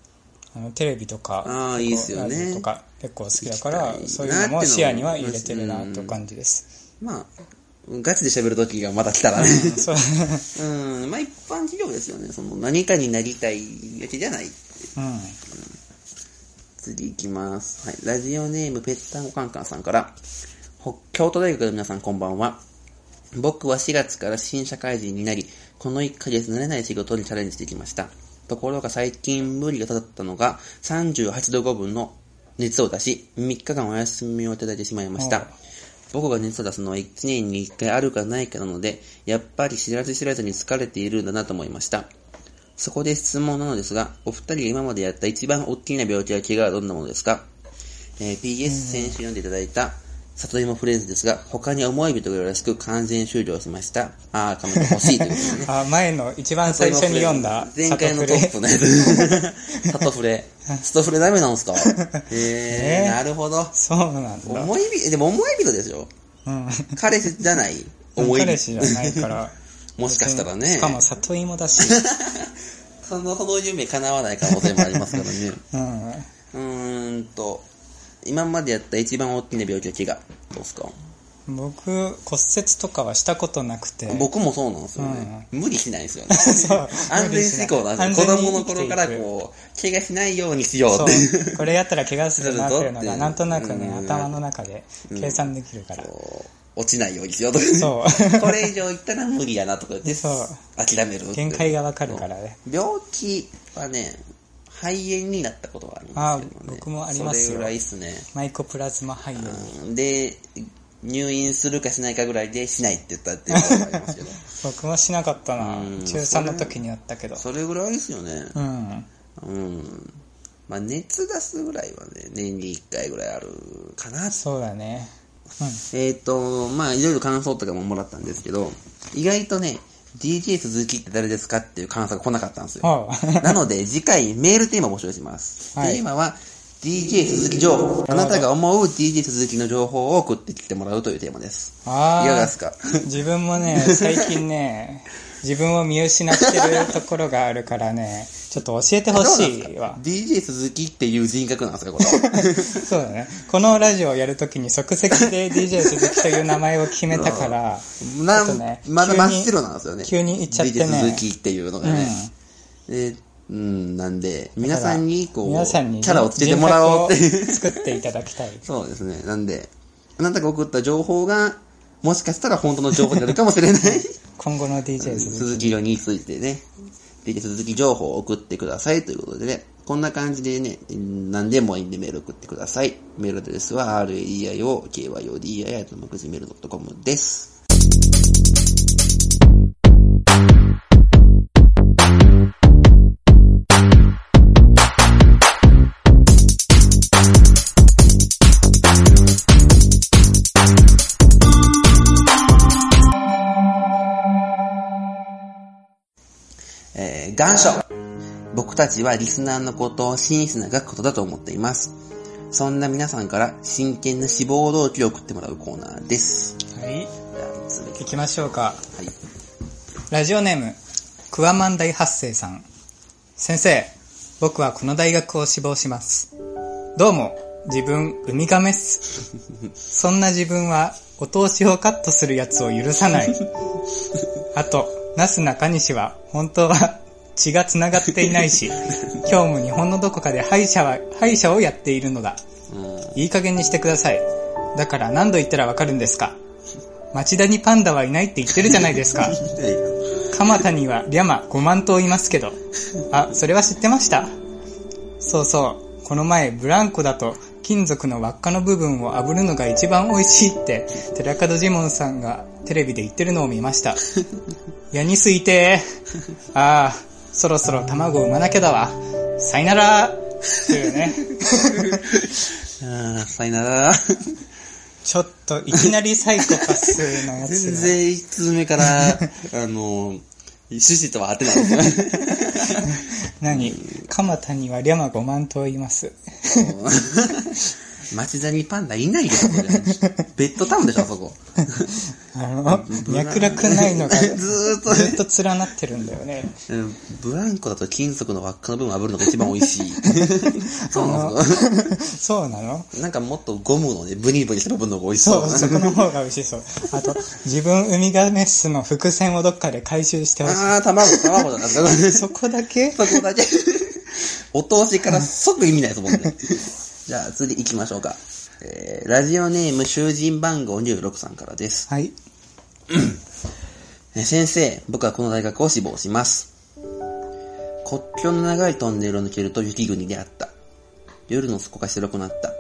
A: あの、テレビとか、
B: あーいいっすよね
A: ラジオとか結構好きだから
B: 行きたいな、
A: そういうのも視野には入れてるなと感じです。
B: まあ、ガチで喋る時がまた来た
A: [LAUGHS]
B: らね。
A: そう。
B: うん、まあ一般企業ですよね。その何かになりたいわけじゃない。
A: うん。
B: 次行きます。はい。ラジオネーム、ぺったんこカンカンさんから、北京都大学の皆さんこんばんは。僕は4月から新社会人になり、この1ヶ月慣れない仕事にチャレンジしてきました。ところが最近無理がたたったのが、38度5分の熱を出し、3日間お休みをいただいてしまいまし
A: うん
B: た。僕が熱を出すのは1年に1回あるかないかなので、やっぱり知らず知らずに疲れているんだなと思いました。そこで質問なのですが、お二人が今までやった一番大きな病気や怪我はどんなものですか、えー ?PS 先週読んでいただいた、里芋フレンズですが、他に思い人がよろしく完全終了しました。あー、カメラ欲しいということでね。
A: あ、前の一番 [LAUGHS] 最初に読んだ、
B: 前回のトップのやつ。 [LAUGHS] 里
A: [LAUGHS]
B: フレ。里フレダメなんですかえー、
A: ね
B: なるほど。
A: そうなんだ。
B: 思い人、でも思い人ですよ。
A: うん。
B: 彼氏じゃない。思い
A: 彼
B: 人。
A: 氏じゃない
B: [LAUGHS]
A: から。
B: もしかしたらね
A: しかも里芋だし。
B: その、その夢叶わない可能性もありますからね。
A: うん。
B: うーんと、今までやった一番大きな病気は怪我。どうですか
A: 僕、骨折とかはしたことなくて。
B: 僕もそうなんですよね。無理しないですよ
A: [LAUGHS]
B: ね。
A: そう
B: 安全志向なんですよ。子供の頃からこう、怪我しないようにしよう
A: そ
B: っていう。
A: う。これやったら怪我するなっていうの
B: そうだ
A: が、
B: ぞ
A: なんとなくね、
B: うん
A: 頭の中で計算できるから。
B: こう落ちないようにしようと
A: そ
B: か。
A: う
B: [LAUGHS] これ以上いったら無理やなとか言って、
A: そう
B: 諦めるっていう。
A: 限界がわかるからね。
B: 病気はね、肺炎になったことがありますけどね。
A: あ僕もありますよ
B: それぐらいですね。
A: マイコプラズマ肺炎。
B: うんで、入院するかしないかぐらいで、しないって言ったっていうことがありますけど。
A: 僕もしなかったな
B: うん。
A: 中3の時にやったけど。
B: それぐらいですよね。
A: うん。
B: うん。まあ、熱出すぐらいはね、年に1回ぐらいあるかな。
A: そうだね。
B: えっ、と、まあ、いろいろ感想とかももらったんですけど、意外とね、DJ 鈴木って誰ですかっていう感想が来なかったんですよ。
A: は
B: [LAUGHS] なので、次回メールテーマ募集します。
A: はい
B: テーマは、DJ 鈴木情報。あなたが思う DJ 鈴木の情報を送ってきてもらうというテーマです。い
A: あ。あ
B: かがで
A: あ
B: す。か
A: [LAUGHS] 自分もね、最近ね、自分を見失ってるところがあるからね、ちょっと教えてほしいわ。
B: DJ 鈴木っていう人格なんですよ、これ。
A: そうだね。このラジオをやるときに即席で DJ 鈴木という名前を決めたから、
B: な
A: ちょっとね
B: ま
A: 急
B: だ
A: に
B: 真っ白なんですよね。
A: 急に行っちゃってね
B: DJ 鈴木っていうのがね。えーっうん、なんで、皆さんに、こう、
A: 皆さんに
B: キャラをつけてもらおうっていう。
A: 人格を作っていただきたい。
B: [LAUGHS] そうですね。なんで、あなたが送った情報が、もしかしたら本当の情報になるかもしれない。
A: 今後の DJ 鈴木
B: 鈴木色についてね、で鈴木情報を送ってくださいということでね、こんな感じでね、うん何でもいいんでメール送ってください。メールアドレスは reiokyodia.gmail.com です。えー、願書。僕たちはリスナーのことを真摯な学ことだと思っています。そんな皆さんから真剣な志望動機を送ってもらうコーナーです。
A: はい。
B: じゃあ、いつも
A: 行きましょうか。
B: はい。
A: ラジオネーム、クワマン大発生さん。先生、僕はこの大学を志望します。どうも、自分、ウミガメっす。そんな自分は、お通しをカットするやつを許さない。あと、ナス中西は、本当は、血が繋がっていないし、今日も日本のどこかで歯医者は、歯医者をやっているのだ。
B: うん
A: いい加減にしてください。だから何度言ったらわかるんですか町田にパンダはいないって言ってるじゃないですか。
B: 聞いてないよ
A: 蒲田にはリャマ5万頭いますけど。あ、それは知ってました。そうそう。この前、ブランコだと金属の輪っかの部分を炙るのが一番美味しいって、寺門ジモンさんがテレビで言ってるのを見ました。ヤニすいてー。ああ、そろそろ卵産まなきゃだわ。さいならー。というね。
B: あーさいなら。
A: ちょっと、いきなりサイコパスのやつ
B: 全
A: が。
B: 然一通目から、あの、趣旨とは合ってないですね。
A: 何蒲田にはリャマ5万頭います。
B: [LAUGHS] 町田にパンダいないよ、それベッドタウンでしょ、そこ。
A: あの、脈絡ないのが
B: [LAUGHS]
A: ず
B: ずーっと
A: っと連なってるんだよ
B: [LAUGHS]
A: ね。
B: うんブランコだと金属の輪っかの部分を炙るのが一番美味しい。そうなの
A: そうなの
B: [LAUGHS] なんかもっとゴムのね、ブニブニした部分の方が美味しそ。
A: そうう、そこの方が美味しそう。あと、自分ウミガメスの伏線をどっかで回収してほし
B: あー、卵、卵だな。そ
A: い。そこだけ
B: こだけ。お通しから即意味ないですもんね。じゃあ次行きましょうか。えー、ラジオネーム囚人番号26さんからです。
A: はい。
B: え先生、僕はこの大学を志望します。国境の長いトンネルを抜けると雪国であった。夜の底が白くなった。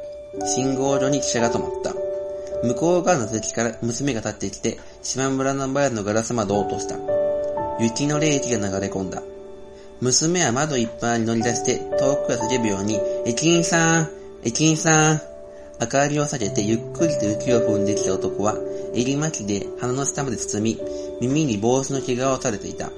B: 信号所に汽車が止まった。向こう側の座席から娘が立ってきて、島村のバ屋のガラス窓を落とした。雪の冷気が流れ込んだ。娘は窓いっぱいに乗り出して、遠くから叫ぶように、駅員さん駅員さん明かりを下げてゆっくりと雪を踏んできた男は、襟巻きで鼻の下まで包み、耳に帽子の毛皮を垂れていた。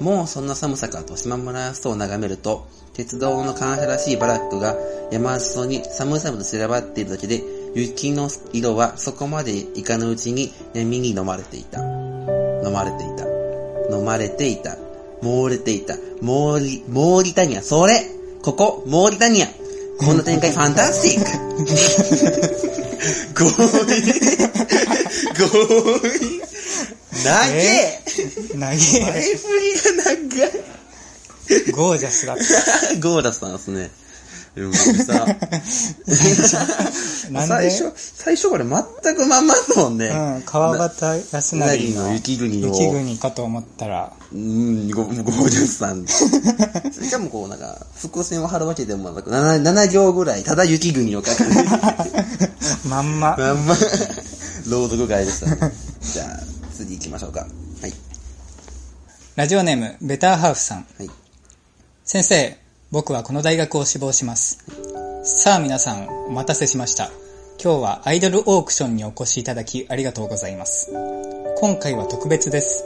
B: もうそんな寒さかと島村スを眺めると、鉄道の感謝らしいバラックが山裾に寒々と散らばっているだけで、雪の色はそこまでいかぬうちに闇に飲まれていた。飲まれていた。飲まれていた。モーれていた。モーリ、モーリタニア。それここ、モーリタニア。こんな展開ファンタスティック [LAUGHS] 強引強引長え
A: 投
B: 前
A: げ、
B: 振りが長い。
A: ゴージャスだった。
B: [LAUGHS] ゴーダスなんですね。でもさ、
A: なん
B: 最
A: で
B: 初、最初これ全くまんまだもんね。
A: うん、川端康成
B: 成の
A: の
B: 雪国の
A: 雪国かと思ったら、 [LAUGHS]
B: うん、ゴゴージャスさん。しかもこうなんか、伏線を張るわけでもなく、7, 7行ぐらい、ただ雪国を書く。
A: まんま。
B: まんま、朗読会でした、ね。じゃあ、次行きましょうか。はい。
A: ラジオネーム、ベターハーフさん。
B: はい。
A: 先生、僕はこの大学を志望します。さあ皆さん、お待たせしました。今日はアイドルオークションにお越しいただきありがとうございます。今回は特別です。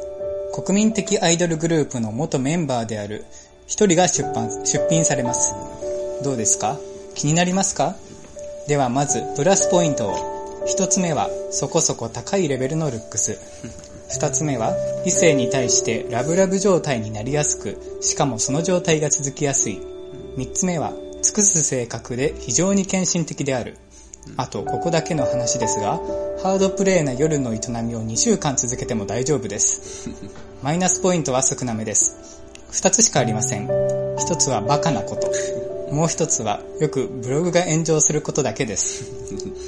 A: 国民的アイドルグループの元メンバーである一人が出版、出品されます。どうですか気になりますかではまず、プラスポイントを。一つ目は、そこそこ高いレベルのルックス。二つ目は、異性に対してラブラブ状態になりやすく、しかもその状態が続きやすい。三つ目は、尽くす性格で非常に献身的である。あと、ここだけの話ですが、ハードプレイな夜の営みを2週間続けても大丈夫です。マイナスポイントは少なめです。二つしかありません。一つはバカなこと。もう一つは、よくブログが炎上することだけです。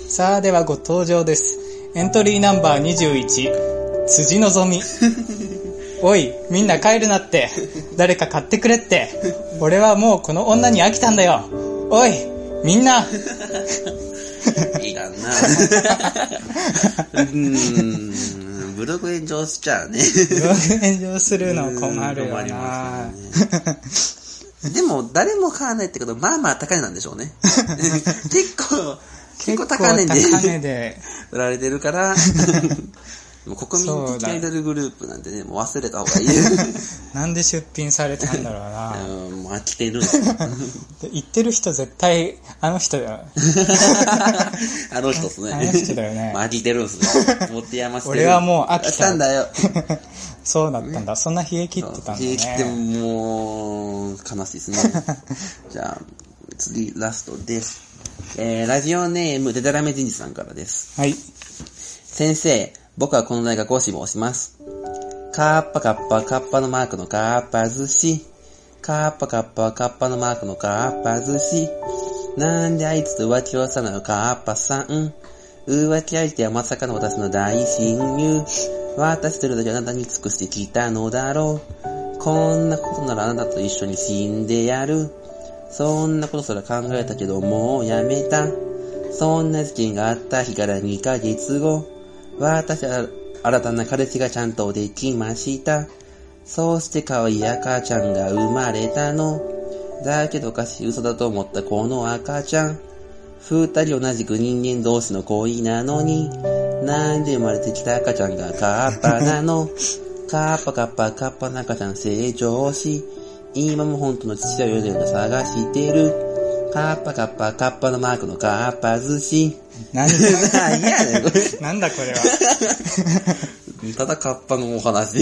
A: さあ、ではご登場です。エントリーナンバー21、辻のぞ
B: [LAUGHS]
A: み。おい、みんな帰るなって。誰か買ってくれって。俺はもうこの女に飽きたんだよ。おい、みんな。[LAUGHS]
B: いらんなうーん、ブログ炎上しちゃうね。
A: ブログ炎上するの困るよ
B: うん困り
A: な
B: ま。でも、誰も買わないってこと、まあまあ高値なんでしょ
A: [LAUGHS]
B: うね。結構、結構高値
A: 結構高
B: で
A: 値で。
B: 売られてるから、もう国民的アイドルグループなんてね、もう忘れた方がいい。
A: [LAUGHS] なんで出品されたんだろうな。
B: うん、もう飽きてるんです
A: [LAUGHS]
B: よ
A: で言ってる人絶対、あの人 [LAUGHS] だよ。
B: あの人っすね。
A: あの人だよね
B: もう飽きてるんすよ。持ってやませてる。
A: 俺はもう飽きた
B: やったんだよ。
A: そうだったんだ。そんな冷え切ってたんだ
B: 冷え切っても
A: ね。
B: もう、悲し
A: [LAUGHS]
B: いですね。じゃあ、次、ラストです。えー、ラジオネーム、デタラメ人事さんからです。
A: はい。
B: 先生、僕はこの大学を志望します。カッパカッパカッパのマークのカッパ寿司。カッパカッパカッパのマークのカッパ寿司。なんであいつと浮気をしたのよカッパさん。浮気相手はまさかの私の大親友。私といるだけあなたに尽くしてきたのだろう。こんなことならあなたと一緒に死んでやる。そんなことすら考えたけどもうやめた。そんな事件があった日から2ヶ月後、私は新たな彼氏がちゃんとできました。そうして可愛い赤ちゃんが生まれたの。だけどおかしい嘘だと思ったこの赤ちゃん。二人同じく人間同士の恋なのに、なんで生まれてきた赤ちゃんがカッパな [LAUGHS] のカッパカッパカッパの赤ちゃん成長し、今も本当の父親をよう探してる。カッパカッパカッパのマークのカッパ寿司。
A: 何
B: [LAUGHS] 何やねん、これ。
A: なんだこれは。
B: ただカッパのお [LAUGHS] 話。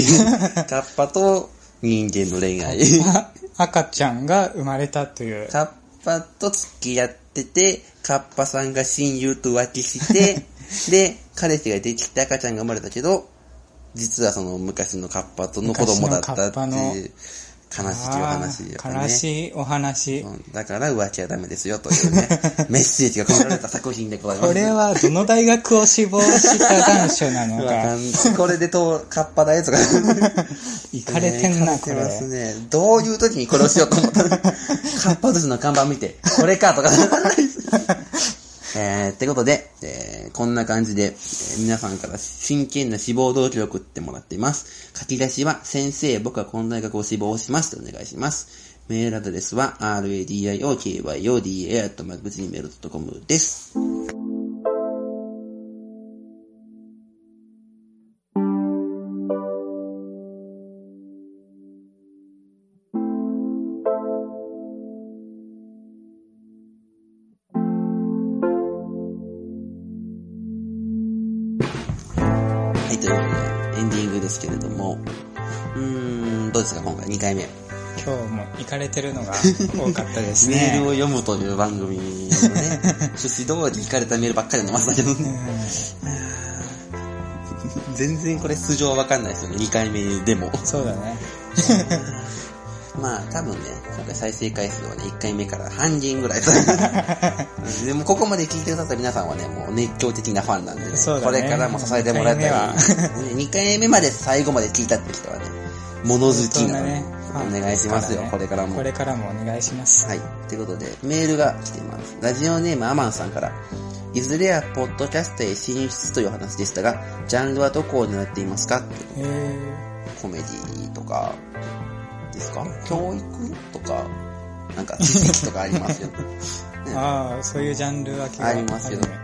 B: カッパと人間の恋愛。
A: あ [LAUGHS] 赤ちゃんが生まれたという。
B: カッパと付き合ってて、カッパさんが親友と浮
A: [LAUGHS]
B: 気して、で、彼氏ができて赤ちゃんが生まれたけど、実はその昔のカッパとの子供だったって
A: 昔のカッパの
B: いう悲しきお話やっ
A: あ
B: ぱ
A: ー
B: ね。
A: 悲しいお話
B: う。んだから浮気はダメですよという
A: [LAUGHS]
B: ね、メッセージが込められた作品でございます。
A: これはどの大学を志望した男子なの
B: わか
A: か。
B: んこれでと、カッパだよとか。
A: [LAUGHS] いかれてんな、
B: ね
A: こ
B: いかれてます
A: れ。
B: ね。どういう時にこれをしようと
A: [LAUGHS]
B: 思ったのカッパ寿司の看板見て、これかと [LAUGHS] か。えー、ってことで、えー、こんな感じで、えー皆さんから真剣な志望動機を送ってもらっています。書き出しは、先生、僕はこの大学を志望します。お願いします。メールアドレスは、radiokyoda.gmail.com です。はい、ということで、エンディングですけれども、うーん、どうですか、今回2回目。
A: 今日も行かれてる
B: [LAUGHS]
A: のが多かったです
B: メール
A: ね。
B: を読むという番組のね、 [LAUGHS] 趣旨通り聞かれたメールばっかり読んでましたけどね。全然これ素性はわかんないですよね、2回目でも。
A: うんそうだね。
B: まあ、多分ね、今回再生回数はね、1回目から半人ぐらい。 [LAUGHS] でも、ここまで聞いてくださった皆さんはね、もう熱狂的なファンなんでね、
A: そうだね
B: これからも支えてもらいたい。2回目まで最後まで聞いたって人はね、物好きなので、
A: 本当だね
B: お願いしますよ、
A: ファン
B: これからも
A: こ。れからもお願いします。
B: はい。ということで、メールが来ています。ラジオネームアマンさんから、いずれはポッドキャストへ進出という話でしたが、ジャンルはどこを狙っていますかって
A: えー
B: コメディとか、ですか教育とか、なんか知識とかありますよ。
A: ああ、そういうジャンル分けが
B: ありますけど
A: あるね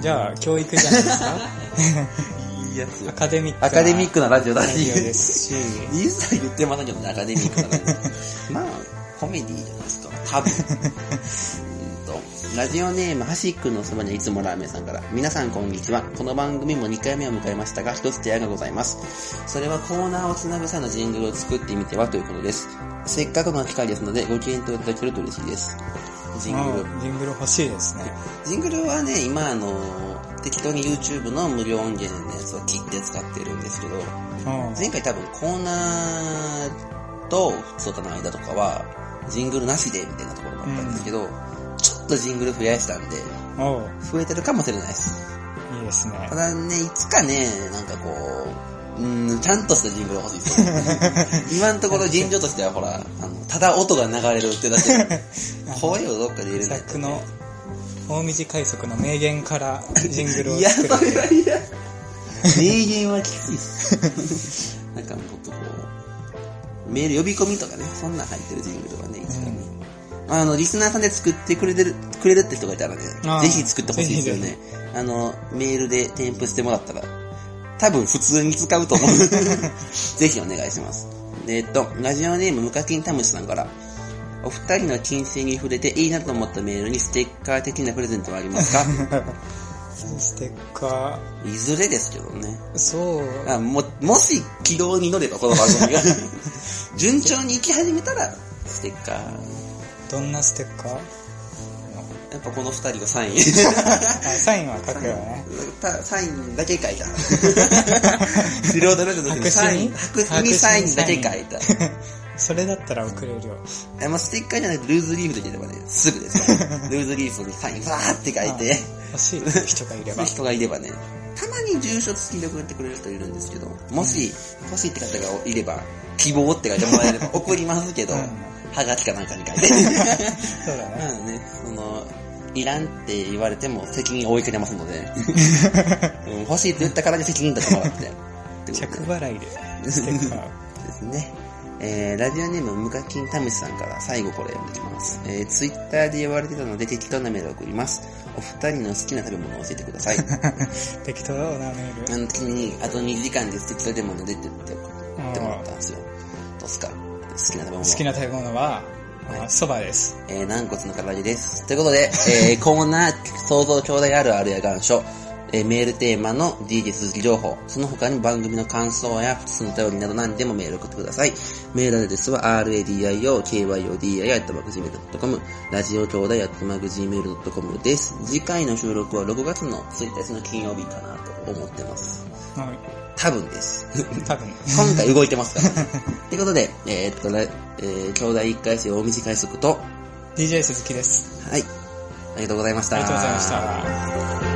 A: じゃあ、教育じゃないですか
B: いいやつ
A: アカデミックな。
B: アカデミックなラジオだ
A: ラ
B: し
A: ジオ、ですし、
B: 一切言ってませんけどね、アカデミックなラジオ。 [LAUGHS] まあ、コメディじゃないですか。多分。うーんとラジオネーム、はしっくんのそばにいつもラーメンさんから、皆さんこんにちは。この番組も2回目を迎えましたが、一つ手合がございます。それはコーナーをつなぐ際のジングルを作ってみてはということです。せっかくの機会ですので、ご検討いただけると嬉しいです。ジングル。
A: あージングル欲しいですね。
B: ジングルはね、今あの、適当に YouTube の無料音源のやつを切って使ってるんですけど、
A: うん
B: 前回多分コーナーと普通歌の間とかは、ジングルなしで、みたいなところもあったんですけど、ちょっとジングル増やしたんで、
A: おう
B: 増えてるかもしれないです。
A: いいですね
B: た。だね、いつかね、なんかこう、うん、ちゃんとしたジングルが欲しいですよ今のところ現状としてはほら、あの、ただ音が流れるってだけなんで声をどっかで入れないと、
A: 作
B: ね。
A: の、大道快速の名言からジングルを
B: いや、
A: 作
B: それ
A: る。
B: はいや。名言はきついっす。 [LAUGHS] なんかもっとこう、メール呼び込みとかね、そんなん入ってるジングルとかね、いつかね。あの、リスナーさんで作ってくれてる、くれるって人がいたらね、
A: あー
B: ぜひ作ってほしいですよね。あの、メールで添付してもらったら、多分普通に使う [LAUGHS] と思う。ぜひお願いします。でえっと、ラジオネーム無課金タムシさんから、お二人の金銭に触れていいなと思ったメールにステッカー的なプレゼントはありますか
A: ステッカ
B: いずれですけどね。
A: ー、そう、
B: あも、もし軌道に乗れば、この番 [LAUGHS] 組が。順調に行き始めたら、ステッカー。
A: どんなステッカー
B: やっぱこの二人がサイン。
A: あサインは書くよね。
B: [LAUGHS] たサインだけ書いた。 [LAUGHS] 素人の人
A: 白
B: の
A: 紙
B: サイン、
A: に
B: 白紙にサインだけ書い
A: 白
B: た。
A: それだったら送れるよ。
B: あもうステッカーじゃなくてルーズリーフでければね、すぐ [LAUGHS] ですよ。ルーズリーフにサインバーって書いて、
A: 欲しい人がいれ
B: する
A: ば。
B: 人がいればね、たまに住所付きで送ってくれる人いるんですけど、もし欲しいって方がいれば、希望って書いても [LAUGHS] らえれば送りますけど、
A: うん
B: はがきかなんかに [LAUGHS] 書いて。
A: そうだね。
B: まあね、その、いらんって言われても責任負いかけます [LAUGHS] ので、うん欲しいって言ったからに責任とってもらって。ってことで
A: 着払いで、ステッカー。
B: [LAUGHS] ですね。えー、ラジオネーム無課金タムシさんから最後これ読んでいきます。えー、ツイッターで言われてたので適当なメールを送ります。お二人の好きな食べ物を教えてください。 [LAUGHS] あ
A: 適当なメール。
B: の時に、あと2時間で素敵な食べ物出てって言ってもらったんですよ。どうすか好きな食べ物。
A: 好きな食べ物は、あそばです。
B: えー、軟骨の唐揚げです。ということで、えー、コーナー、想像兄弟あるあるや願書、えー、メールテーマの DJ 鈴木情報、その他に番組の感想や普通のお便りなど何でもメール送ってください。メールアドレスは radiokyodia.gmail.com、ラジオ兄弟 .gmail.com です。次回の収録は6月の1日の金曜日かなと思ってます。
A: うん
B: 多分です。
A: 多分。
B: 今回動いてますから、ね。ということで、えーっと、らえー、兄弟1回生大道快速と、
A: DJ 鈴木です。
B: はい。ありがとうございました。
A: ありがとうございました。